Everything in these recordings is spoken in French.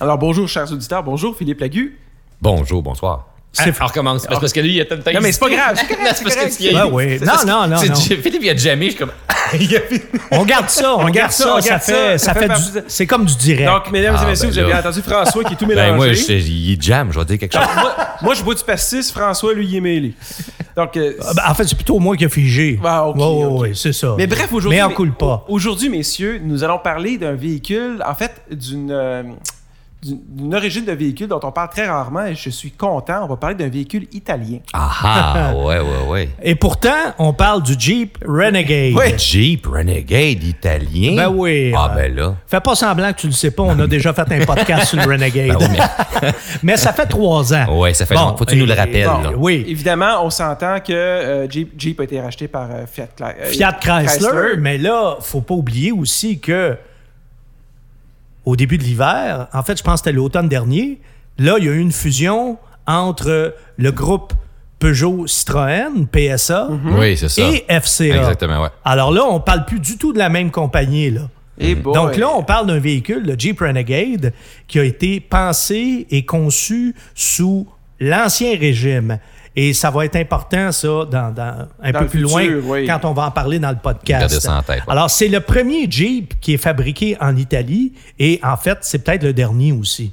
Alors bonjour chers auditeurs, bonjour Philippe Lagu. Bonjour, bonsoir. C'est Ah, on recommence. C'est parce que lui, il a tant de Non mais c'est pas grave, c'est correct, c'est c'est parce correct. Ah que tu y as Ouais, ouais. C'est Non, parce que- non, non, c'est- non. Philippe, il a jamais. Je suis comme. il a fini. On garde ça, on garde ça, on ça, garde ça, fait, ça ça fait fait du- partie de- c'est comme du direct. Donc mesdames Ah, et messieurs, ben vous avez là. bien entendu François qui est tout mélangé. Ben, moi, je- il jam, je vais dire quelque chose. moi, moi, je bois du pastis, François lui il est mêlé. Donc euh, Ah, ben, en fait, c'est plutôt moi qui ai figé. Ah, ok, Ouais, ouais, ok. ouais, c'est ça. Mais bref, aujourd'hui. Mais on mes- coule pas. au- Aujourd'hui, messieurs, nous allons parler d'un véhicule, en fait, d'une. euh, d'une d'une origine de véhicule dont on parle très rarement et je suis content. On va parler d'un véhicule italien. Ah ah, ouais, ouais, ouais. Et pourtant, on parle du Jeep Renegade. Ouais. Jeep Renegade italien. Ben oui. Ah Euh, ben là. Fais pas semblant que tu le sais pas, on a déjà fait un podcast sur le Ben Renegade. oui, mais ça fait trois ans. Ouais, ça fait longtemps. Faut que tu nous le rappelles, là. Oui. Évidemment, on s'entend que euh, Jeep, Jeep a été racheté par euh, Fiat, Cla- euh, Fiat Chrysler, mais là, faut pas oublier aussi que au début de l'hiver, en fait, je pense que c'était l'automne dernier, là, il y a eu une fusion entre le groupe Peugeot Citroën, PSA, Oui, c'est ça. Hmm. et FCA. Mhm. Exactement, ouais. Alors là, on parle plus du tout de la même compagnie, là. Et boy. Donc là, on parle d'un véhicule, le Jeep Renegade, qui a été pensé et conçu sous l'ancien régime. Et ça va être important, ça, dans, dans- un Dans peu le futur, plus loin, oui. quand on va en parler dans le Gardez podcast. ça en tête, ouais. Alors, c'est le premier Jeep qui est fabriqué en Italie. Et en fait, c'est peut-être le dernier aussi,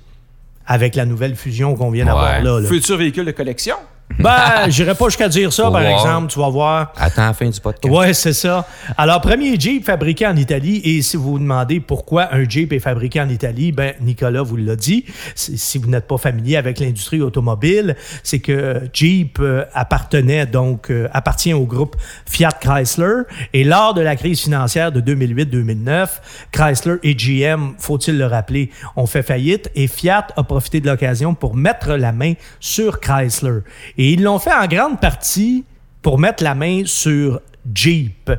avec la nouvelle fusion qu'on vient d'avoir Ouais. là. là. Futur véhicule de collection. Ben, j'irai pas jusqu'à dire ça, par Wow. exemple. Tu vas voir. Attends la fin du podcast. Ouais, c'est ça. Alors, premier Jeep fabriqué en Italie. Et si vous vous demandez pourquoi un Jeep est fabriqué en Italie, ben Nicolas vous l'a dit. Si si vous n'êtes pas familier avec l'industrie automobile, c'est que Jeep euh, appartenait donc euh, appartient au groupe Fiat Chrysler. Et lors de la crise financière de 2008-2009, Chrysler et GM, faut-il le rappeler, ont fait faillite et Fiat a profité de l'occasion pour mettre la main sur Chrysler. Et ils l'ont fait en grande partie pour mettre la main sur Jeep.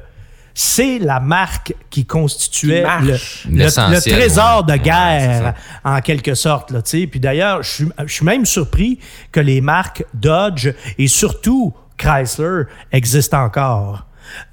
C'est la marque qui constituait Qui marche. le, le- le, L'essentiel, trésor de ouais. Ouais, c'est guerre, ça. en quelque sorte. Là, tu sais. Puis d'ailleurs, je suis- je suis même surpris que les marques Dodge et surtout Chrysler existent encore.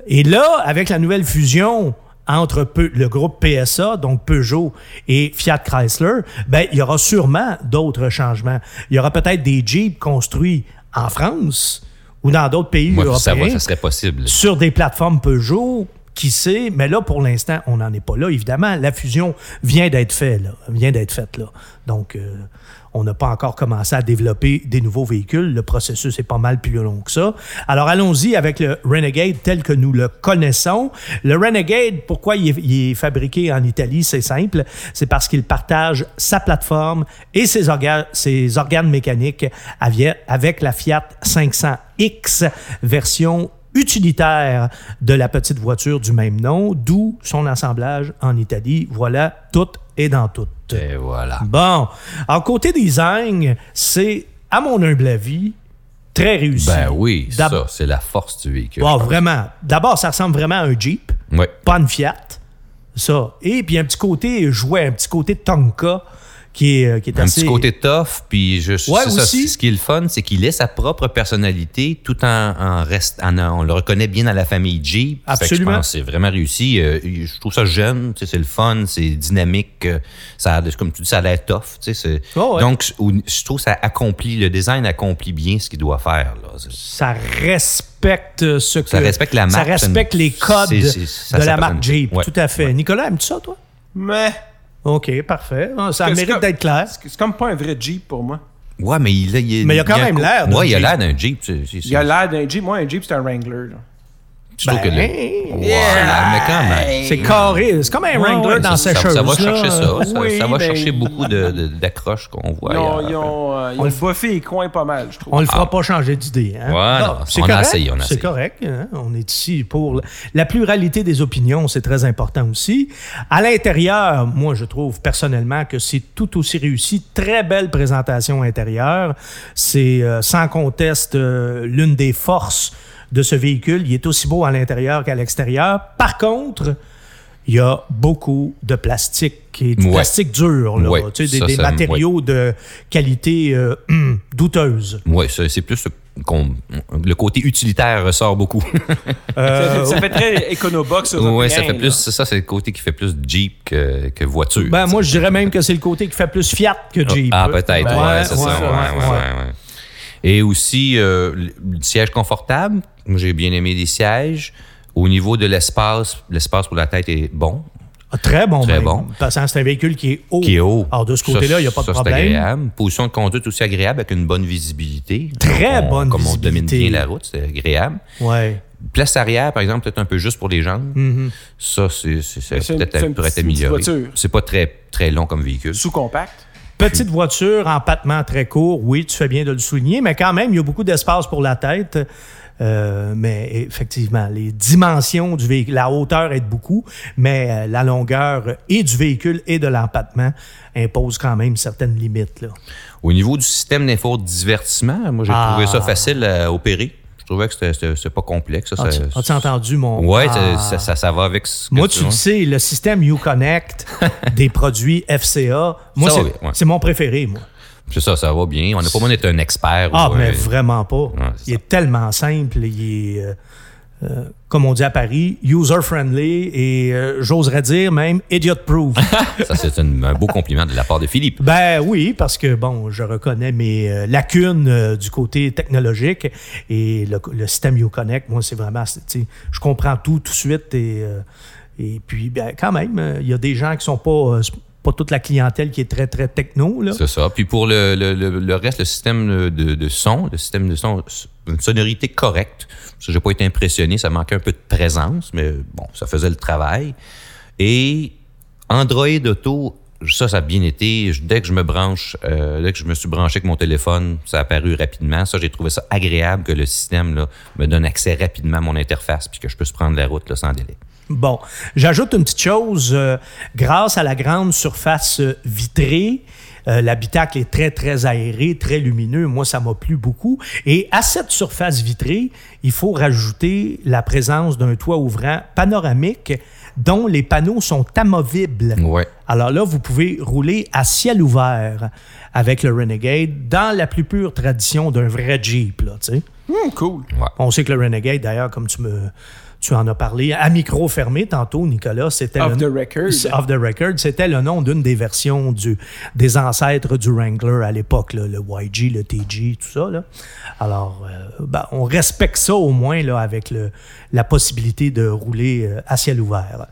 Et là, avec la nouvelle fusion entre Peu- le groupe PSA, donc Peugeot, et Fiat Chrysler, ben, il y aura sûrement d'autres changements. Il y aura peut-être des Jeeps construits en France ou dans d'autres pays Moi, ça, européens va, ça serait possible. sur des plateformes Peugeot, qui sait, mais là, pour l'instant, on n'en est pas là. Évidemment, la fusion vient d'être faite, là, vient d'être faite, là. Donc, euh, on n'a pas encore commencé à développer des nouveaux véhicules. Le processus est pas mal plus long que ça. Alors, allons-y avec le Renegade tel que nous le connaissons. Le Renegade, pourquoi il est, il est fabriqué en Italie? C'est simple. C'est parce qu'il partage sa plateforme et ses, orga- ses organes mécaniques avia- avec la Fiat 500X version utilitaire de la petite voiture du même nom, d'où son assemblage en Italie. Voilà, tout est dans tout. Et voilà. Bon, en côté design, c'est, à mon humble avis, très réussi. Ben oui, D'ab- ça, c'est la force du véhicule. Wow, vraiment. D'abord, ça ressemble vraiment à un Jeep, Ouais. pas une Fiat. Ça. Et puis un petit côté jouet, un petit côté Tonka qui est, euh, qui est Un assez... petit côté tough, puis je, Ouais, c'est ça, aussi. ce qui est le fun, c'est qu'il est sa propre personnalité tout en, en reste, en- on le reconnaît bien dans la famille Jeep. Fait que Absolument. je pense que c'est vraiment réussi. Euh, je trouve ça jeune, tu sais, c'est le fun, c'est dynamique, euh, ça, a- comme tu dis, ça a l'air tough. tu sais, c'est- Oh, ouais. Donc, je- ou- je trouve que ça accomplit, le design accomplit bien ce qu'il doit faire. là. C'est- ça respecte ce que... Ça respecte la Ça marque, respecte c'est une- les codes c'est- c'est- ça de la s'appelle marque une- Jeep. ouais, Tout à fait. Nicolas, aimes-tu ça, toi? Mais. OK, parfait. Ah, Ça c'est mérite comme- d'être clair. C'est c'est comme pas un vrai Jeep pour moi. Ouais, mais il, a- il, Mais il a quand un même co- l'air d'un Ouais, il a Jeep. l'air d'un Jeep. c'est- c'est- Il a l'air d'un Jeep. Moi, un Jeep, c'est un Wrangler. là. Je trouve que le- Ben, Ouais, mais quand même. C'est carré. C'est comme un Wrangler Ouais, dans ça, sa ça- chose. ça va chercher ça. Ça, Oui, ça va ben- chercher beaucoup de- de- d'accroches qu'on voit. Ils ont, ailleurs. ils ont, euh, ils ont buffé les coins pas mal, je trouve. On le fera pas changer d'idée. Hein? Ouais, Non, non, c'est Ah. on a correct, essayé, on a C'est essayé. correct. hein. On est ici pour l- la pluralité des opinions, c'est très important aussi. À l'intérieur, moi, je trouve personnellement que c'est tout aussi réussi. Très belle présentation intérieure. C'est euh, sans conteste euh, l'une des forces de ce véhicule. Il est aussi beau à l'intérieur qu'à l'extérieur. Par contre, il y a beaucoup de plastique, qui est du Ouais. plastique dur, là, Ouais, tu sais, des, ça, des ça me- matériaux de qualité euh, hum, douteuse. Oui, c'est plus le, qu'on- le côté utilitaire ressort beaucoup. Ça, Euh, ça fait très Econobox. oui, européen, ça fait là. plus. Ça, c'est le côté qui fait plus Jeep que, que voiture. ben, moi, je dirais même que c'est le côté qui fait plus Fiat que Jeep. Ah, peut-être. Ouais, ouais, c'est ouais, ça. ouais, ouais, ouais, ouais. Et aussi, euh, le le siège confortable. Moi, J'ai bien aimé les sièges. Au niveau de l'espace, l'espace pour la tête est bon. Ah, Très bon. Très même. bon. Parce que c'est un véhicule qui est haut. Qui est haut. Alors, de ce Ça, côté-là, il n'y a pas de ça, C'est problème. agréable. Position de conduite aussi agréable avec une bonne visibilité. Très Donc, on- bonne comme on visibilité. domine bien la route, c'est agréable. Ouais. Place arrière, par exemple, peut-être un peu juste pour les jambes. Mm-hmm. Ça, c'est, c'est- ça C'est une- peut-être c'est une pourrait être petite amélioré. voiture. C'est pas très, très long comme véhicule. Sous-compact. Petite voiture, empattement très court, oui, tu fais bien de le souligner, mais quand même, il y a beaucoup d'espace pour la tête. Euh, mais effectivement, les dimensions du véhicule, la hauteur aide beaucoup, mais euh, la longueur et du véhicule et de l'empattement impose quand même certaines limites. Là. Au niveau du système d'info divertissement, moi, j'ai Ah. trouvé ça facile à opérer. Je trouvais que c'était, c'était- c'était pas complexe. Ça, As-tu ça- as-tu entendu mon... Ouais, Ah. ça, ça, ça- ça va avec ce que Moi, tu le vois. sais, le système YouConnect des produits FCA, moi, Ça c'est va bien, ouais. c'est mon préféré, moi. C'est ça, ça va bien. On n'a pas besoin d'être un expert. Ah, ou, mais euh, vraiment pas. c'est il est tellement simple. Il est, euh, euh, comme on dit à Paris, user-friendly et euh, j'oserais dire même idiot-proof. Ça, c'est une- un beau compliment de la part de Philippe. ben oui, parce que bon, je reconnais mes euh, lacunes euh, du côté technologique et le, le système YouConnect, moi, c'est vraiment, c'est- tu sais, je comprends tout tout de suite et, euh, et puis, ben, quand même, euh, il y a des gens qui sont pas, euh, c'est pas toute la clientèle qui est très, très techno, là. C'est ça. Puis pour le, le- le- le reste, le système de, de son, le système de son, une sonorité correcte. Je n'ai pas été impressionné, ça manquait un peu de présence, mais bon, ça faisait le travail. Et Android Auto, ça, ça a bien été. Je- Dès que je me branche, euh, dès que je me suis branché avec mon téléphone, ça a apparu rapidement. Ça, j'ai trouvé ça agréable que le système là, me donne accès rapidement à mon interface puis que je puisse prendre la route là, sans délai. Bon, j'ajoute une petite chose. euh, grâce à la grande surface euh, vitrée, euh, l'habitacle est très, très aéré, très lumineux. Moi, ça m'a plu beaucoup. Et à cette surface vitrée, il faut rajouter la présence d'un toit ouvrant panoramique dont les panneaux sont amovibles. Ouais. Alors là, vous pouvez rouler à ciel ouvert avec le Renegade dans la plus pure tradition d'un vrai Jeep, là, tu sais. Hum, cool. On sait que le Renegade, d'ailleurs, comme tu me tu en as parlé, à micro fermé tantôt, Nicolas, c'était Off le- the record. C'est Off the Record, c'était le nom d'une des versions du, des ancêtres du Wrangler à l'époque, là, le YG, le TG, tout ça. là. Alors, euh, ben, on respecte ça au moins là, avec le, la possibilité de rouler euh, à ciel ouvert.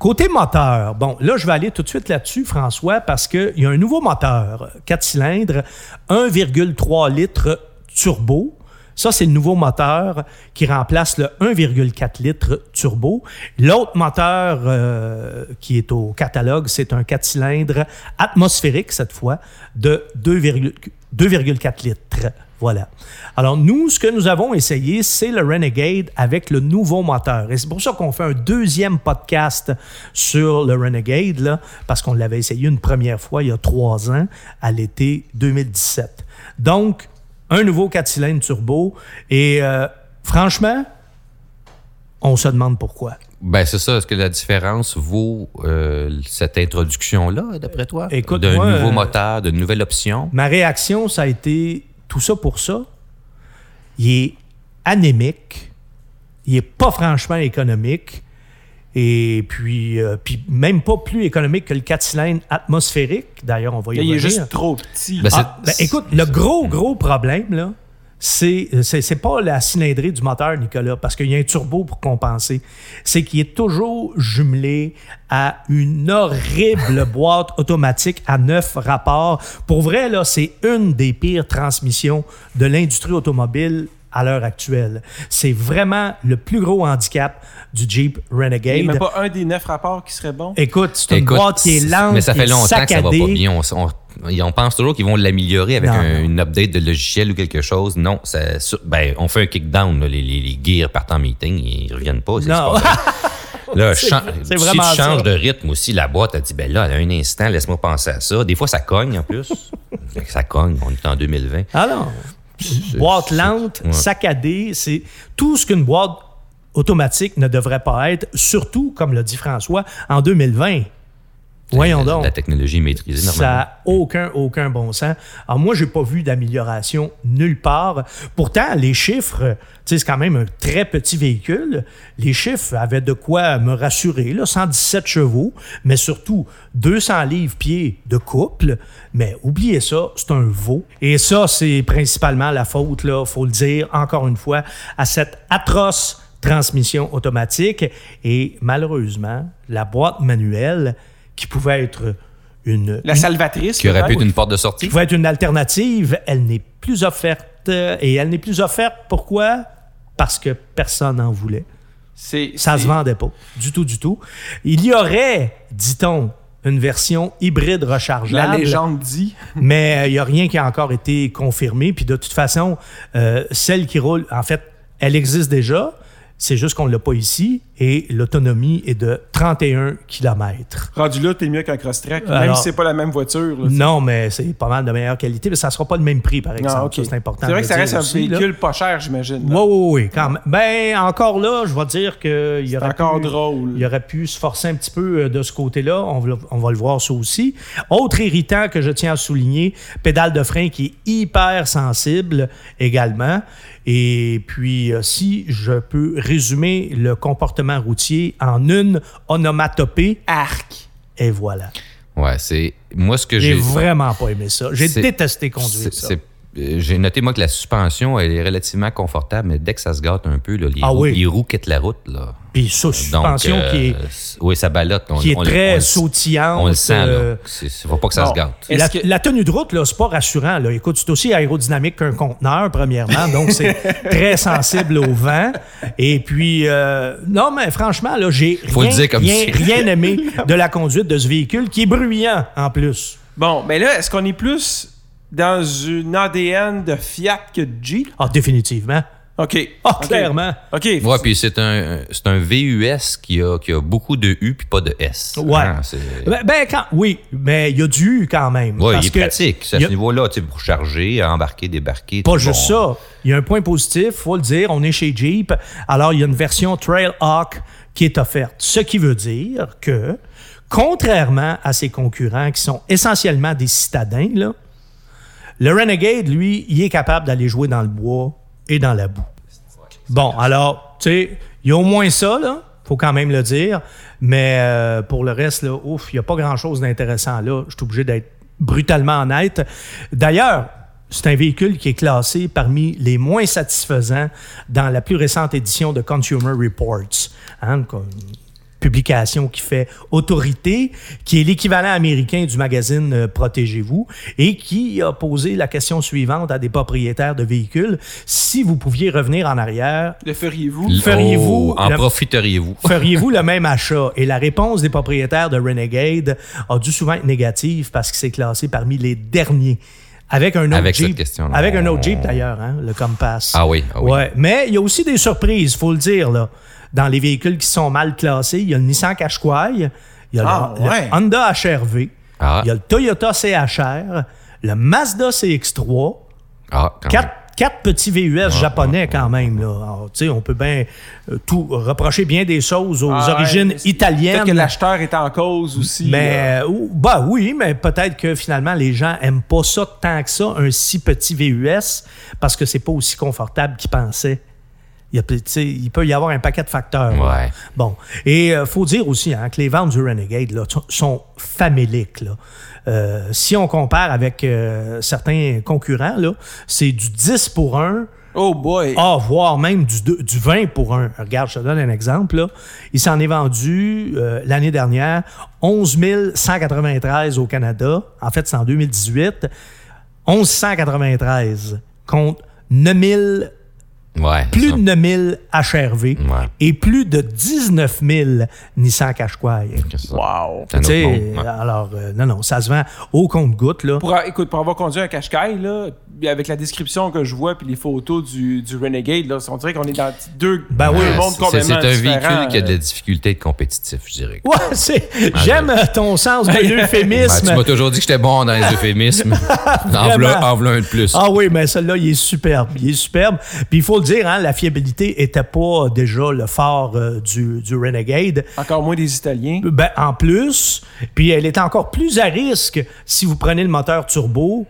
Côté moteur, bon, là, je vais aller tout de suite là-dessus, François, parce qu'il y a un nouveau moteur, 4 cylindres, 1,3 litres turbo. Ça, c'est le nouveau moteur qui remplace le 1,4 litre turbo. L'autre moteur euh, qui est au catalogue, c'est un 4 cylindres atmosphérique, cette fois, de 2,4 2,4 litres. Voilà. Alors, nous, ce que nous avons essayé, c'est le Renegade avec le nouveau moteur. Et c'est pour ça qu'on fait un deuxième podcast sur le Renegade, là, parce qu'on l'avait essayé une première fois il y a trois ans, à l'été 2017. Donc, un nouveau 4 cylindres turbo. Et euh, franchement, on se demande pourquoi. Ben c'est ça. Est-ce que la différence vaut euh, cette introduction-là, d'après toi? Écoute, D'un moi, nouveau euh, moteur, d'une nouvelle option? Ma réaction, ça a été tout ça pour ça. Il est anémique. Il est pas franchement économique. Et puis, euh, puis même pas plus économique que le 4 cylindres atmosphérique. D'ailleurs, on va y Il revenir. est juste trop petit. Ben, Ah, c'est- hein. ben, écoute, le gros, gros problème, là, c'est, c'est, c'est pas la cylindrée du moteur, Nicolas, parce qu'il y a un turbo pour compenser. C'est qu'il est toujours jumelé à une horrible boîte automatique à neuf rapports. Pour vrai, là, c'est une des pires transmissions de l'industrie automobile à l'heure actuelle. C'est vraiment le plus gros handicap du Jeep Il n'y a même Renegade. pas un des neuf rapports qui serait bon. Écoute, c'est une Écoute, boîte qui est c'est- lente, Mais ça fait qui est longtemps que ça va saccadée. pas bien. On, s- on- on pense toujours qu'ils vont l'améliorer avec Non, un- non. une update de logiciel ou quelque chose. Non, ça, sur- ben, on fait un kickdown. là. Les, les, les gears partent en meeting, ils reviennent pas. c'est- Non. c'est pas vrai. Là, C'est- chan- c'est si tu vraiment ça. changes de rythme aussi, la boîte a dit ben là, à un instant, laisse-moi penser à ça. Des fois, ça cogne en plus. Fait que ça cogne, on est en 2020. Ah non. Boîte lente, ouais. saccadée, c'est tout ce qu'une boîte automatique ne devrait pas être, surtout, comme l'a dit François, en 2020. Voyons la, donc. Euh, La technologie est maîtrisée Ça normalement. n'a aucun, aucun bon sens. Alors, moi, j'ai pas vu d'amélioration nulle part. Pourtant, les chiffres, tu sais, c'est quand même un très petit véhicule. Les chiffres avaient de quoi me rassurer, là, 117 chevaux, mais surtout 200 livres-pieds de couple. Mais oubliez ça, c'est un veau. Et ça, c'est principalement la faute, là, faut le dire, encore une fois, à cette atroce transmission automatique. Et malheureusement, la boîte manuelle, qui pouvait être une, La salvatrice. Qui aurait pu être peut-être. une porte de sortie. qui pouvait être une alternative, elle n'est plus offerte. euh, Et elle n'est plus offerte, pourquoi? Parce que personne n'en voulait. C'est- Ça c'est- se vendait pas. Du tout, du tout. Il y aurait, dit-on, une version hybride rechargeable. La légende dit. Mais euh, il n'y a rien qui a encore été confirmé. Puis de toute façon, euh, celle qui roule, en fait, elle existe déjà. C'est juste qu'on ne l'a pas ici. Et l'autonomie est de 31 km. Rendu là, t'es mieux qu'un cross-track, même Alors- si c'est pas la même voiture. là. Non, mais c'est pas mal de meilleure qualité, mais ça sera pas le même prix, par exemple. Non, Ah, ok. Ça, c'est important. C'est vrai de que ça le reste dire un aussi, là. véhicule pas cher, j'imagine. là. Oui, oui, oui, quand même. Ben, encore là, je vais dire qu'il y C'est aurait encore pu- drôle. Il aurait pu se forcer un petit peu euh, de ce côté-là. On, va- on va le voir, ça aussi. Autre irritant que je tiens à souligner, pédale de frein qui est hyper sensible également. Et puis, euh, si je peux résumer le comportement routier en une onomatopée, Arc. et voilà. Ouais, c'est. Moi, ce que J'ai j'ai. vraiment pas aimé ça. J'ai C'est- détesté conduire c'est- ça. c'est- euh, J'ai noté, moi, que la suspension, elle est relativement confortable, mais dès que ça se gâte un peu, là, les, Ah roues, oui. les roues quittent la route. Là. Puis ça, Donc, suspension euh, qui est, s- Oui, ça balotte. On- qui est on le- on très le- sautillante. On le sent, euh, là. Il faut pas que ça Bon. se gâte. Est-ce La, que- la tenue de route, là, c'est pas rassurant. Là. Écoute, c'est aussi aérodynamique qu'un conteneur, premièrement, donc c'est très sensible au vent. Et puis, euh, non, mais franchement, là, j'ai Faut rien, le dire comme rien, si- rien aimé de la conduite de ce véhicule qui est bruyant en plus. Bon, mais là, est-ce qu'on est plus dans une ADN de Fiat que de Jeep? Ah, définitivement. OK. Ah, OK. clairement. OK. Ouais, puis c'est un, c'est un VUS qui a, qui a beaucoup de U puis pas de S. Ouais. Hein, c'est- Ben, ben, quand, oui, mais il y a du quand même. Ouais, parce il est que pratique. C'est à il y a- ce niveau-là, tu sais, pour charger, embarquer, débarquer. Pas tout juste bon. ça. Il y a un point positif, faut le dire. On est chez Jeep. Alors, il y a une version Trailhawk qui est offerte. Ce qui veut dire que, contrairement à ses concurrents qui sont essentiellement des citadins, là, le Renegade, lui, il est capable d'aller jouer dans le bois et dans la boue. Bon, alors, tu sais, il y a au moins ça, là. Faut quand même le dire. Mais euh, pour le reste, là, ouf, il n'y a pas grand-chose d'intéressant là. Je suis obligé d'être brutalement honnête. D'ailleurs, c'est un véhicule qui est classé parmi les moins satisfaisants dans la plus récente édition de Consumer Reports. Hein, comme publication qui fait autorité, qui est l'équivalent américain du magazine euh, Protégez-vous et qui a posé la question suivante à des propriétaires de véhicules. Si vous pouviez revenir en arrière, Le feriez-vous? L- Feriez-vous oh, en la- profiteriez-vous? feriez-vous le même achat? Et la réponse des propriétaires de Renegade a dû souvent être négative parce qu'il s'est classé parmi les derniers. Avec un autre Avec cette Jeep. question-là. avec un autre On- Jeep d'ailleurs, hein, le Compass. Ah oui, ah oui. Ouais. Mais il y a aussi des surprises, faut le dire. Là. Dans les véhicules qui sont mal classés, il y a le Nissan Qashqai, il y a le- Ah, le, ouais. Honda HRV, Ah. il y a le Toyota CHR, le Mazda CX-3, Ah, quand même. quatre, quatre petits VUS japonais quand même. Là. Alors, tu sais, on peut bien euh, tout reprocher bien des choses aux Ah, ouais, origines mais c'est- italiennes. Peut-être que l'acheteur est en cause aussi. là. Mais ou- bah oui, mais peut-être que finalement les gens aiment pas ça tant que ça, un si petit VUS, parce que c'est pas aussi confortable qu'ils pensaient. Il, y a, tu sais, il peut y avoir un paquet de facteurs. là. Ouais. Bon. Et euh, faut dire aussi hein, que les ventes du Renegade là, t- sont faméliques. là. Euh, si on compare avec euh, certains concurrents, là, c'est du 10 pour 1 Oh boy. ah, voire même du, deux- du 20 pour un. Regarde, je te donne un exemple. là. Il s'en est vendu euh, l'année dernière 11 193 au Canada. En fait, c'est en 2018. 1193 contre 9000, Ouais. plus ça. de 9000 HRV Ouais. et plus de 19 000 Nissan Qashqai. Qu'est-ce que ça? Wow. C'est un Tu autre sais, monde. Ouais. alors, euh, non, non, ça se vend au compte-goutte, là. Pour, a- écoute, pour avoir conduit un Qashqai, là, puis avec la description que je vois puis les photos du, du Renegade, là, on dirait qu'on est dans deux, Ben oui. deux Ouais, mondes c'est- c'est- complètement C'est un différents, véhicule qui a là. des difficultés à être compétitif, je dirais. euh. Ouais, c'est- j'aime euh, ton sens de Ben, l'euphémisme. tu m'as toujours dit que j'étais bon dans les euphémismes. en v'là en v'là un de plus. Ah oui, mais celui-là, il est superbe. Il est superbe. Puis il faut le le dire, hein, la fiabilité n'était pas déjà le phare euh, du, du Renegade. Encore moins des Italiens. Ben, en plus, puis elle est encore plus à risque si vous prenez le moteur turbo.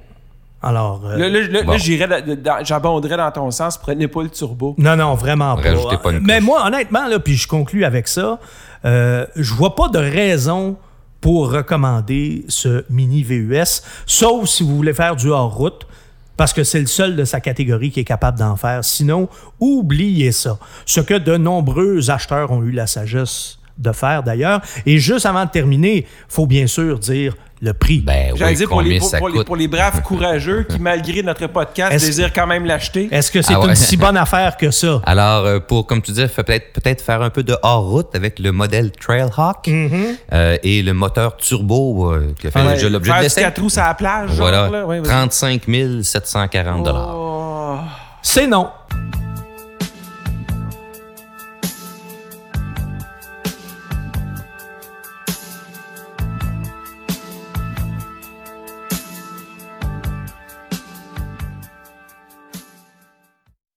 Alors. euh, Là, là, là- Bon. là, j'irais dans- dans- j'abonderais dans ton sens, prenez pas le turbo. Non, non, vraiment pas. Rajoutez pas une Mais couche. moi, honnêtement, là, puis je conclue avec ça, euh, je vois pas de raison pour recommander ce mini VUS, sauf si vous voulez faire du hors-route, parce que c'est le seul de sa catégorie qui est capable d'en faire. Sinon, oubliez ça. Ce que de nombreux acheteurs ont eu la sagesse de faire, d'ailleurs. Et juste avant de terminer, faut bien sûr dire le prix. Ben J'allais oui, dire pour combien les, pour, ça pour coûte? les, pour les braves courageux qui, malgré notre podcast, Est-ce- désirent quand même l'acheter. Est-ce que c'est Ah ouais. une si bonne affaire que ça? Alors, euh, pour, comme tu dis, fa- peut-être peut faire un peu de hors-route avec le modèle Trailhawk Mm-hmm. euh, et le moteur turbo euh, qui a fait Ah Ouais, déjà l'objet de faire du l'essai. quatre roues sur la plage. genre, Voilà, là, ouais, vas-y. 35 740 Oh. C'est non.